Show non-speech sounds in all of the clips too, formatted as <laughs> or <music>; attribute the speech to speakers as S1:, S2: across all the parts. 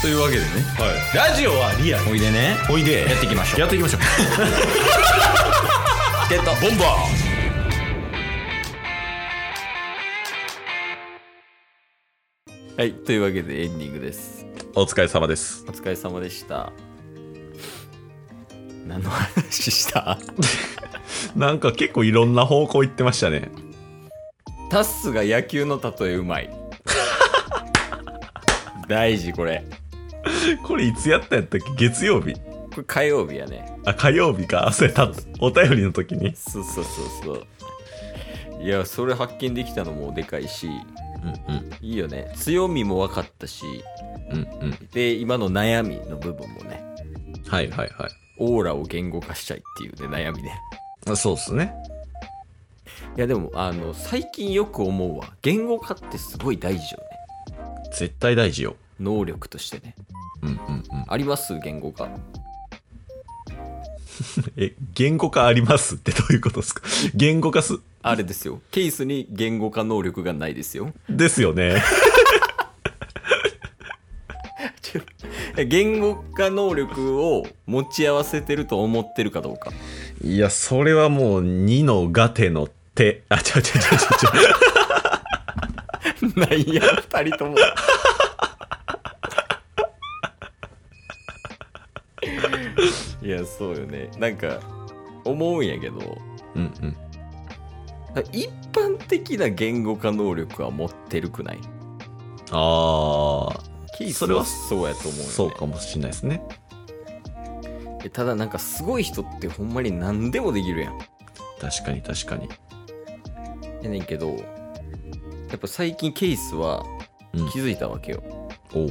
S1: というわけでね
S2: はい、ラジオはリアル
S1: おいでね
S2: おいで
S1: やっていきましょう
S2: やっていきましょう
S1: ゲット
S2: ボンバ
S1: はいというわけでエンディングです
S2: ーお疲れ様です
S1: お疲れ様でした何の話した
S2: なんか結構いろんな方向行ってましたね <laughs>
S1: タッスが野球の例えうま <laughs> い大事これ
S2: これいつやったんやったっけ月曜日
S1: これ火曜日やね
S2: あ火曜日か焦ったお便りの時に
S1: そうそうそうそういやそれ発見できたのもでかいし
S2: うんうん
S1: いいよね強みも分かったし
S2: うんうん
S1: で今の悩みの部分もね
S2: はいはいはい
S1: オーラを言語化したいっていうね悩みね
S2: あそうっすね
S1: いやでもあの最近よく思うわ言語化ってすごい大事よね
S2: 絶対大事よ
S1: 能力としてね
S2: うんうんうん
S1: あります言語化
S2: え言語化ありますってどういうことですか <laughs> 言語化す
S1: あれですよケースに言語化能力がないですよ <laughs>
S2: ですよね
S1: ちょ言語化能力を持ち合わせてると思ってるかどうか
S2: <laughs> いやそれはもう2のガテの手あちゃちゃちゃちゃちゃ
S1: なんや2人とも <laughs> いやそうよねなんか思うんやけど
S2: <laughs> うんうん
S1: 一般的な言語化能力は持ってるくない
S2: ああ
S1: キース
S2: それは
S1: そうやと思うよ、ね、
S2: そうかもしれないですね
S1: えただなんかすごい人ってほんまに何でもできるやん
S2: 確かに確かに、
S1: やねんけどやっぱ最近ケースは
S2: うん
S1: 気づいたわけよ、
S2: お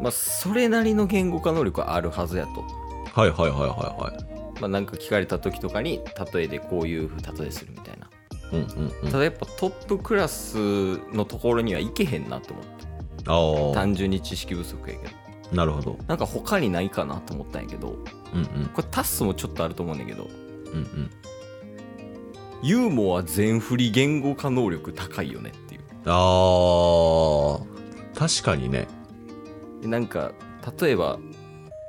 S1: まあそれなりの言語化能力はあるはずやと
S2: はいはいはいはいは
S1: まあなんか聞かれた時とかに例えでこういう例えするみたいない
S2: うんうんうん
S1: ただやっぱトップクラスのところには行けへんなと思って
S2: あ
S1: 単純に知識不足やけど
S2: あなるほど
S1: なんか他にないかなと思ったんやけど
S2: うんうん
S1: これタスもちょっとあると思うんだけど
S2: うんうん
S1: ユーモア全振り言語化能力高いよねっていう
S2: ああ確かにね
S1: でなんか例えば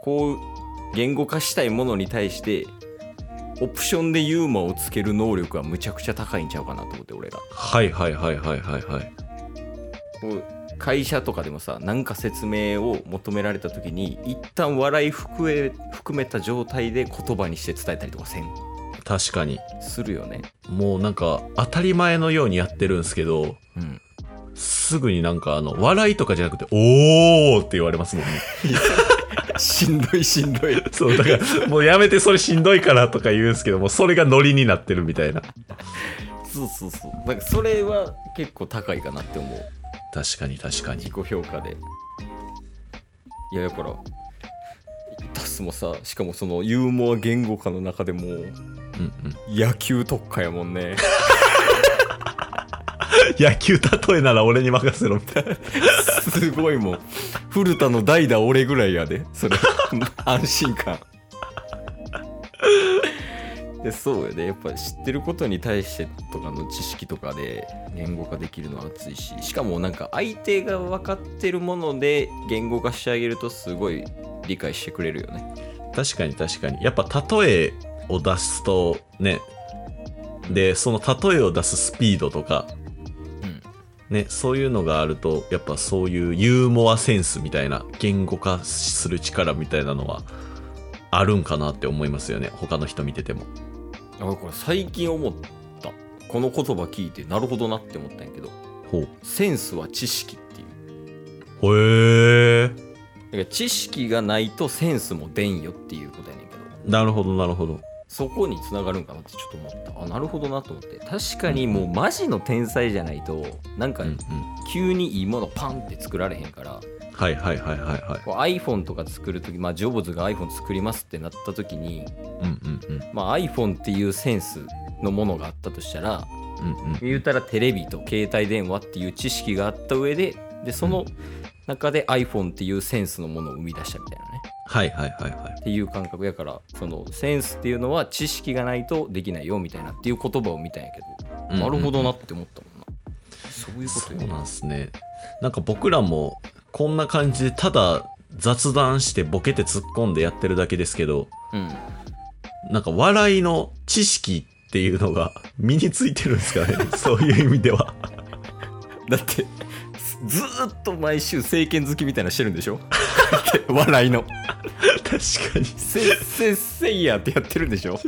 S1: こう言語化したいものに対してオプションでユーモアをつける能力はむちゃくちゃ高いんちゃうかなと思って俺が
S2: はいはいはいはいはいはい
S1: こう会社とかでもさ何か説明を求められた時に一旦笑い含め含めた状態で言葉にして伝えたりとかせん
S2: 確かに
S1: するよね
S2: もうなんか当たり前のようにやってるんですけど
S1: うん
S2: すぐになんかあの笑いとかじゃなくて「おー!」って言われますもんね
S1: <laughs> しんどいしんどい
S2: そうだからもうやめてそれしんどいからとか言うんですけどもうそれがノリになってるみたいな
S1: そうそうそうなんかそれは結構高いかなって思う
S2: 確かに確か
S1: 自己評価でいやだからタスもさしかもそのユーモア言語化の中でも
S2: うんうん
S1: 野球特化やもん <laughs> ね
S2: <laughs> 野球例えなら俺に任せろみたいな。
S1: すごいもん古田の代打俺ぐらいやでそれ <laughs> 安心感でそうよねやっぱ知ってることに対してとかの知識とかで言語化できるのは熱いししかもなんか相手が分かってるもので言語化してあげるとすごい理解してくれるよね
S2: 確かに確かに。やっぱ例えを出すとね、で、その例えを出すスピードとか、
S1: うん
S2: ね、そういうのがあると、やっぱそういうユーモアセンスみたいな、言語化する力みたいなのは、あるんかなって思いますよね。他の人見てても。
S1: あこれ最近思ったこの言葉聞いてなるほどなって思ったんやけど
S2: ほ
S1: センスは知識っていう
S2: う。へえ。
S1: だから知識がないとセンスも出んよっていうことやねんけど
S2: なるほど、なるほど。
S1: そこにつながるんかなってちょっと思ったあなるほどなと思って確かにもうマジの天才じゃないとなんか
S2: うんうん。
S1: 急にいいものパンって作られへんから
S2: はいはいはいはいはい。
S1: こう iPhone とか作るときまあジョブズが iPhone 作りますってなったときに、
S2: うんうんうん。
S1: まあ、iPhone っていうセンスのものがあったとしたら
S2: うんうん。
S1: 言うたらテレビと携帯電話っていう知識があった上ででその中で iPhone っていうセンスのものを生み出したみたいなね
S2: はいはいはいはい。
S1: っていう感覚やからそのセンスっていうのは知識がないとできないよみたいなっていう言葉を見たんやけど、
S2: うんうん
S1: なるほどなって思ったもんなそういうこ
S2: そ
S1: と
S2: う
S1: よ
S2: なんですねなんか僕らもこんな感じでただ雑談してボケて突っ込んでやってるだけですけど、
S1: うん。
S2: なんか笑いの知識っていうのが身についてるんですかねそういう意味では。
S1: だって、ずずーっと毎週政権好きみたいなのしてるんでしょ <laughs> 笑いの。
S2: 確かに。
S1: せっせっせいやってやってるんでしょ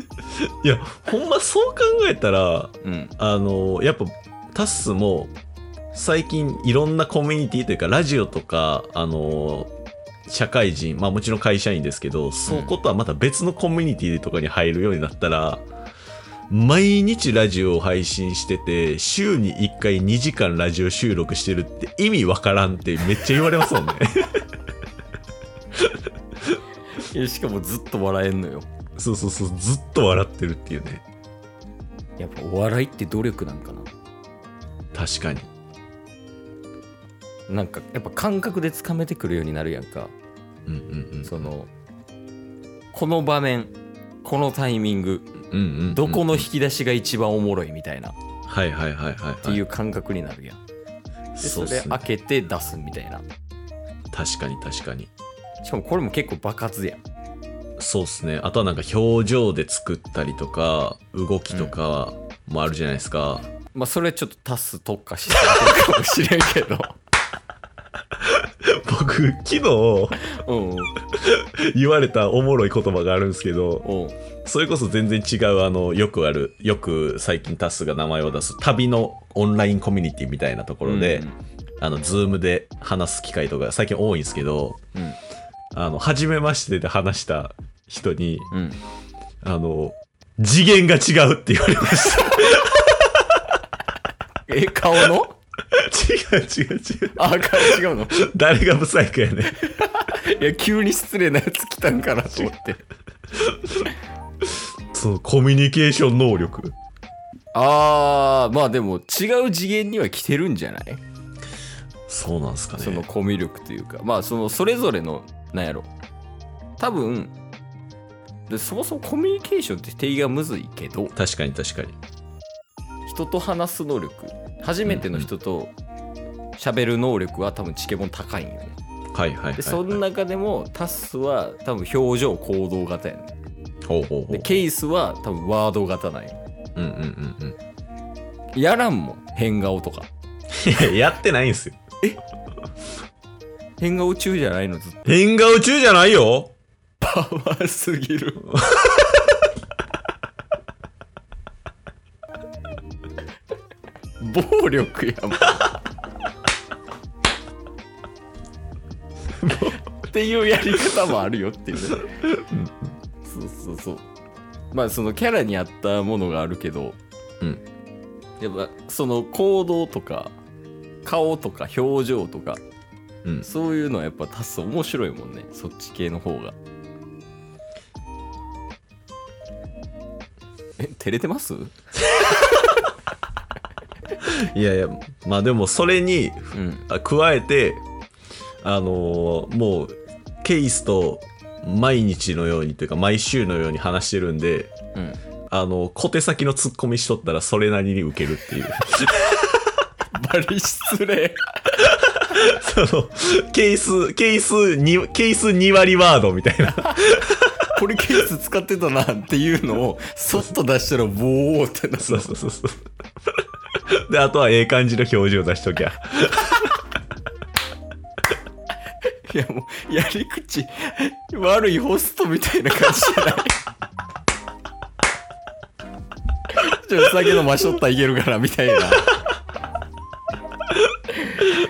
S2: いや、ほんまそう考えたら、
S1: うん。
S2: あの、やっぱタッスも最近いろんなコミュニティというか、ラジオとか、あの、社会人、まあもちろん会社員ですけど、そことはまた別のコミュニティとかに入るようになったら、毎日ラジオを配信してて、週に1回2時間ラジオ収録してるって意味わからんってめっちゃ言われますもん
S1: <laughs>
S2: ね。
S1: えしかもずっと笑えんのよ。
S2: そうそうそう、ずっと笑ってるっていうね。
S1: やっぱお笑いって努力なんかな。
S2: 確かに。
S1: なんかやっぱ感覚でつかめてくるようになるやんか。
S2: うんうんうん。
S1: その、この場面、このタイミング、
S2: うんうんうんうん
S1: どこの引き出しが一番おもろいみたいなっ
S2: はいはいはいはい、はい。って
S1: いう感覚になるやん。で
S2: そ
S1: そう
S2: で
S1: れ
S2: すね
S1: 開。けて出すみたいな。
S2: 確かに確かに。
S1: しかもこれも結構爆発やん。
S2: そうですね。あとはなんか表情で作ったりとか、動きとかもあるじゃないですか。
S1: まあそれはちょっとタス特化してるかもしれんけど。
S2: <laughs> 僕、昨日
S1: <laughs> うんうん
S2: 言われたおもろい言葉があるんですけど、
S1: うん。
S2: それこそ全然違う、あの、よくある、よく最近タスが名前を出す旅のオンラインコミュニティみたいなところで、あの、ズームで話す機会とか最近多いんですけど、
S1: うん、うん
S2: あの、初めましてで話した人に、
S1: うん。
S2: あの、次元が違うって言われました。
S1: え、顔の
S2: <laughs> 違う違う違う。
S1: あ、顔違うの
S2: 誰がブサイクやねん。
S1: いや、急に失礼なやつ来たんかなと思って。
S2: そう、コミュニケーション能力。
S1: あー、まあでも違う次元には来てるんじゃない
S2: そうなんすかね。
S1: そのコミュ力というか。まあ、その、それぞれの、なんやろ。多分、でそもそもコミュニケーションって定義がむずいけど、
S2: 確かに確かに。
S1: 人と話す能力、初めての人と喋る能力は多分チケボン高いんよね。
S2: はいはいはい、はい。
S1: でその中でもタスは多分表情行動型やね
S2: ほうほうほ
S1: で
S2: う。
S1: ケイスは多分ワード型なんよ
S2: うんうんうんうん。
S1: やらんもん変顔とか
S2: いや、やってないんすよ。
S1: 変顔中じゃないのずっと
S2: 変顔中じゃないよ
S1: パワーすぎる暴力やもんっていうやり方もあるよっていうねそうそうそうまあそのキャラに合ったものがあるけど
S2: うん
S1: やっぱその行動とか顔とか表情とか
S2: うん。
S1: そういうのはやっぱ足すと面白いもんねそっち系の方がえ照れてます
S2: いやいや、まあでもそれに
S1: うん
S2: あ加えて、あのーもう、ケイスと毎日のようにというか毎週のように話してるんで、
S1: うん
S2: あの、小手先のツッコミしとったらそれなりにウケるっていう。 <laughs>
S1: バリ失礼
S2: その、ケース、ケース2、ケース2割ワードみたいな。
S1: これケース使ってたなっていうのをそっと出したらボーってな
S2: そうそうそうそう。 <laughs> で、あとはええ感じの表情出しときゃ。
S1: いやもうやり口悪いホストみたいな感じじゃない <laughs> ちょっと酒飲ましとったらいけるからみたいないや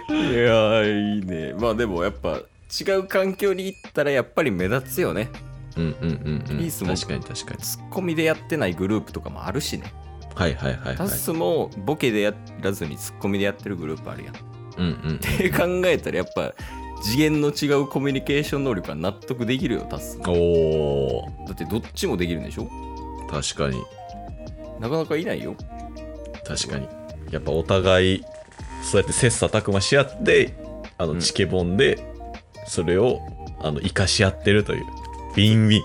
S1: ーいいねまあでもやっぱ違う環境に行ったらやっぱり目立つよね
S2: うんうんうん
S1: いいっすもん
S2: 確かに確かに。
S1: ツッコミでやってないグループとかもあるしね
S2: はいはいはいは
S1: タ
S2: い。
S1: スもボケでやらずにツッコミでやってるグループあるやん <laughs>
S2: うんうん。
S1: って考えたらやっぱ次元の違うコミュニケーション能力は納得できるよタス
S2: おー、
S1: だってどっちもできるんでしょ
S2: 確かに。
S1: なかなかいないよ
S2: 確かに。やっぱお互い、そうやって切磋琢磨し合って、あ
S1: う
S2: の、
S1: ん
S2: チケボンで、それを、あの、生かし合ってるという。ビンビン。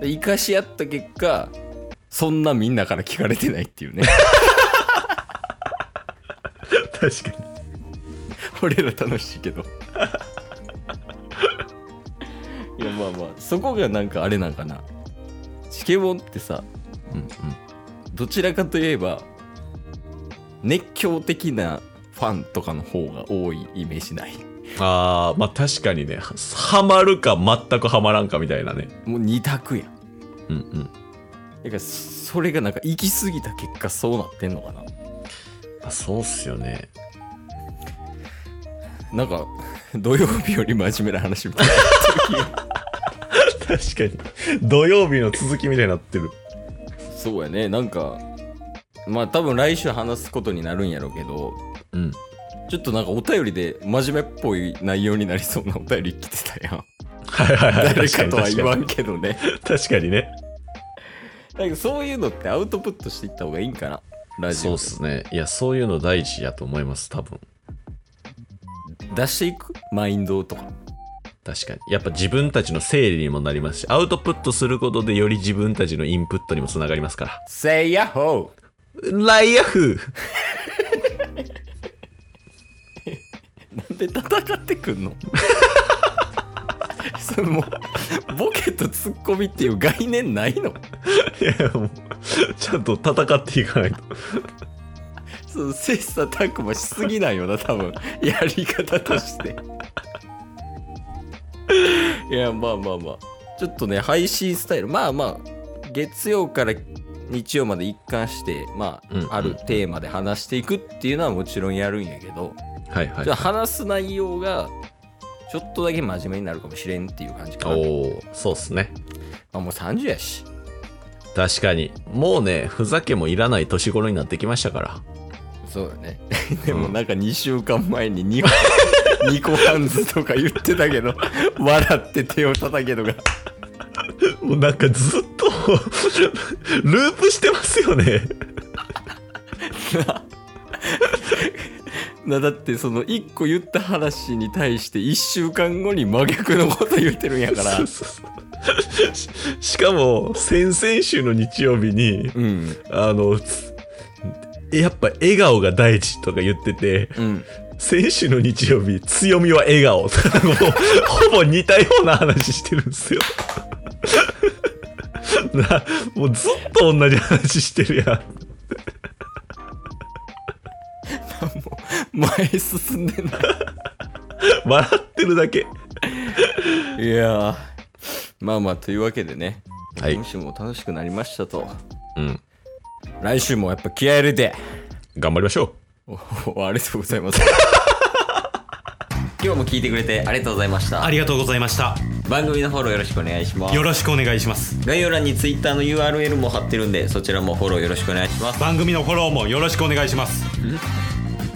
S1: で生かし合った結果そんなみんなから聞かれてないっていうね <laughs>
S2: 確かに。
S1: 俺ら楽しいけどいやまあまあそこがなんかあれなんかなチケボンってさ、うんうん、どちらかといえば熱狂的なファンとかの方が多いイメージない
S2: あーまあ確かにねはハマるか全くハマらんかみたいなね
S1: もう二択やん
S2: うんうん
S1: だからそれがなんか行き過ぎた結果そうなってんのかな
S2: あそうっすよね
S1: なんか土曜日より真面目な話みたいな
S2: 確かに土曜日の続きみたいになってる
S1: そうやねなんかまあ多分来週話すことになるんやろうけど
S2: うん
S1: ちょっとなんかお便りで真面目っぽい内容になりそうなお便り来てたやん
S2: はいはいはい
S1: 誰
S2: <laughs> 確か
S1: か
S2: に
S1: とは
S2: 確
S1: 言わ
S2: か
S1: ん
S2: に
S1: けどね
S2: 確かにね
S1: なんかそういうのってアウトプットしていった方がいいんかなラジ
S2: そう
S1: オ
S2: っ
S1: です
S2: ねいやそういうの大事やと思います多分
S1: 出していくマインドとか
S2: 確かにやっぱ自分たちの整理にもなりますしアウトプットすることでより自分たちのインプットにもつながりますから
S1: Say Yahoo!
S2: ライアフ
S1: なんで戦ってく
S2: <laughs>
S1: んのそのもうボケとツッコミっていう概念ないの
S2: いやもう <laughs> ちゃんと戦っていかないと
S1: その切磋琢磨しすぎないよ
S2: <laughs>
S1: な多分やり方として <laughs> いやまあまあまあちょっとね配信スタイルまあまあ月曜から日曜まで一貫してまあ、
S2: うんうん
S1: あるテーマで話していくっていうのはもちろんやるんやけど、
S2: はいはい
S1: じゃあ話す内容がちょっとだけ真面目になるかもしれんっていう感じかな
S2: おおそうっすね
S1: あもう30やし
S2: 確かにもうねふざけもいらない年頃になってきましたから
S1: そうだね <laughs> でもなんか2週間前に2個 <laughs> 二個ハンズとか言ってたけど笑って手を叩けとか
S2: もうなんかずっと <laughs> ループしてますよね
S1: なだってその1個言った話に対して1週間後に真逆のこと言ってるんやから
S2: <laughs> ししかも先々週の日曜日に
S1: <laughs> うん
S2: あのつやっぱ笑顔が大事とか言ってて
S1: うん
S2: 先週の日曜日強みは笑顔と <laughs> かもうほぼ似たような話してるんですよ <laughs> なもうずっと同じ話してるやん
S1: 前進んでない
S2: 笑ってるだけ
S1: いやーまあまあというわけでね、
S2: はい
S1: 今週も楽しくなりましたと
S2: うん
S1: 来週もやっぱ気合い入れて
S2: 頑張りましょう
S1: おおありがとうござい <laughs> ます今日も聞いてくれてありがとうございました
S3: ありがとうございました
S1: 番組のフォローよろしくお願いします
S3: よろしくお願いします
S1: 概要欄に Twitter の URL も貼ってるんでそちらもフォローよろしくお願いします
S3: 番組のフォローもよろしくお願いします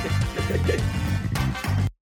S3: す